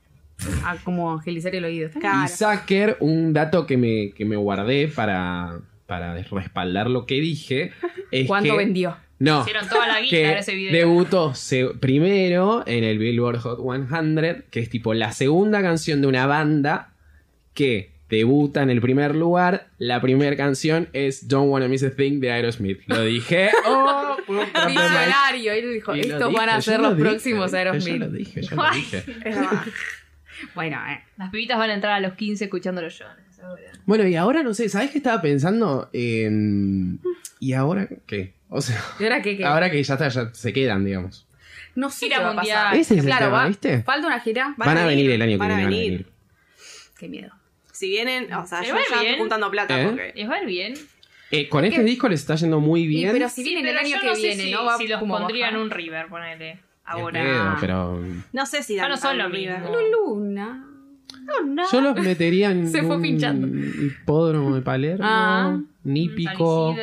C: Ah, como angelizar el oído.
E: Claro.
B: Y Sacker, un dato que me, que me guardé para, para respaldar lo que dije. Es
C: ¿Cuánto
B: que-
C: vendió?
B: No.
F: Hicieron toda la guita
B: que
F: en ese video.
B: debutó se- primero en el Billboard Hot 100, que es tipo la segunda canción de una banda que debuta en el primer lugar. La primera canción es Don't Wanna Miss a Thing de Aerosmith. Lo dije. Oh, puta madre.
C: Visionario. Él dijo:
B: Y lo
C: Estos
B: dije,
C: van a
B: yo
C: ser
B: lo
C: los
B: dije,
C: próximos
B: yo
C: Aerosmith.
B: lo dije, yo lo dije.
E: Es verdad.
C: Bueno, eh.
F: Las pibitas van a entrar a los 15 escuchando los Jonas. seguro.
B: Bueno, y ahora no sé, ¿sabes qué estaba pensando? En- ¿Y ahora qué? O sea,
C: ¿Y ahora qué? qué?
B: ahora que ya, está, ya se quedan, digamos.
C: no sé
F: Gira
C: qué va a
F: mundial.
C: pasar.
B: Ese es el
C: claro,
B: tema,
C: va-
B: ¿viste?
C: Falta una gira.
E: Van
B: Van,
E: a
B: a venir, el año que
E: van a
B: viene. Van a
E: venir.
B: venir.
C: Qué miedo.
E: Si vienen, o sea,
F: Me
E: yo
F: va
E: ya estoy
F: bien.
E: juntando plata
B: ¿Eh?
E: porque.
F: ¿Les va a ir bien?
B: Eh, con este disco les está yendo muy
C: Y,
B: bien.
C: pero si vienen
F: pero
C: el año
F: yo
C: que
F: no sé
C: viene,
F: si,
C: ¿no? Va
F: si los
C: como
F: pondrían
C: bajar.
F: un River, ponele.
B: Ni
F: Ahora. Ah,
B: pedo, pero
E: No sé si dan
F: no son
E: al
F: lo
E: River.
F: mismo.
C: Pero Luna.
B: yo los metería en
C: Se fue
B: un
C: pinchando.
B: hipódromo de Palermo,
C: Ah.
B: nípico,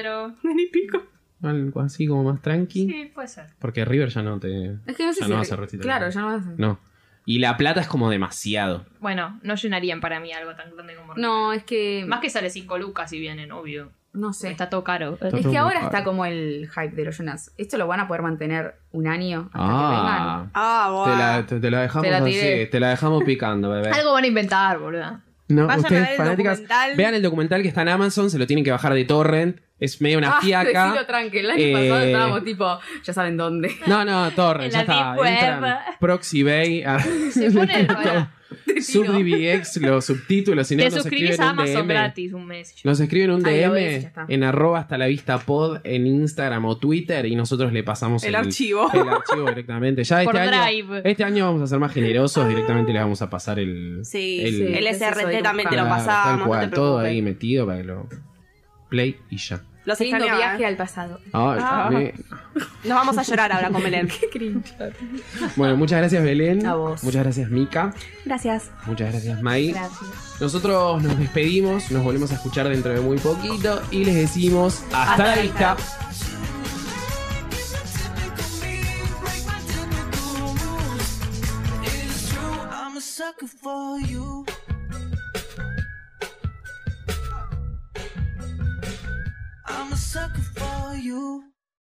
E: Ni pico.
B: algo así como más tranqui,
F: Sí, puede ser.
B: porque River ya no te
C: Es que no sé
B: ya
C: si.
B: no vas a recitar.
C: Claro, ya no vas a
B: No. Y La Plata es como demasiado.
F: Bueno, no llenarían para mí algo tan grande como River.
C: No, es que.
F: Más que sale 5 lucas si vienen, obvio.
C: No sé.
F: Está todo caro.
B: Está
C: Es
B: todo
C: que
B: muy
C: ahora
B: caro.
C: está como el hype de los Jonas. Esto lo van a poder mantener un año hasta
B: Ah.
E: Ah,
B: Te
E: bueno.
B: la, te, te la dejamos
C: Te la tiré.
B: así, te la dejamos picando, bebé.
F: Algo van a inventar, boludo.
B: No,
E: Vayan a
B: ustedes
E: ver el
B: fanáticas,
E: documental.
B: vean el documental que está en Amazon, se lo tienen que bajar de torrent, es medio
C: que
B: una
C: vengan.
B: fiaca.
C: Ah, decilo tranqui. El año pasado
B: Eh,
C: estábamos tipo, ya saben dónde.
B: No, no,
F: En
B: torrent, ya
F: la
B: está.
F: Deep
B: entran.
F: Web.
B: Proxy Bay. ah,
F: Se pone para-
B: SubDVX, los subtítulos, si no
F: Te
B: nos
F: suscribís
B: escriben
F: a
B: un
F: Amazon
B: DM.
F: gratis un mes.
B: Nos escriben un
C: Ahí
B: DM
C: lo ves, ya está.
B: en arroba hasta la vista pod en Instagram o Twitter y nosotros le pasamos
E: El archivo.
B: El archivo directamente. Ya este
F: Por
B: año,
F: Drive.
B: este año vamos a ser más generosos, directamente le vamos a pasar el.
E: Sí,
B: el-
E: sí. el
C: Ese soy
E: SRT
C: yo.
E: también te
B: Claro,
E: lo
B: tal
E: pasamos.
B: cual,
E: no te
B: todo
E: preocupes.
B: ahí metido para que lo. Play y ya.
E: Los
C: Lindo
E: extrañaba,
C: viaje
E: ¿eh?
C: al pasado.
B: Ay,
E: Ah.
B: me-
E: Nos vamos a llorar ahora con Belén.
B: Bueno, muchas gracias Belén.
C: A vos.
B: Muchas gracias Mika.
E: Gracias.
B: Muchas gracias Mai.
F: Gracias.
B: Nosotros nos despedimos, nos volvemos a escuchar dentro de muy poquito y les decimos hasta,
F: Hasta
B: la
F: la
B: vista.
A: I'm a sucker for you. I'm a sucker for you.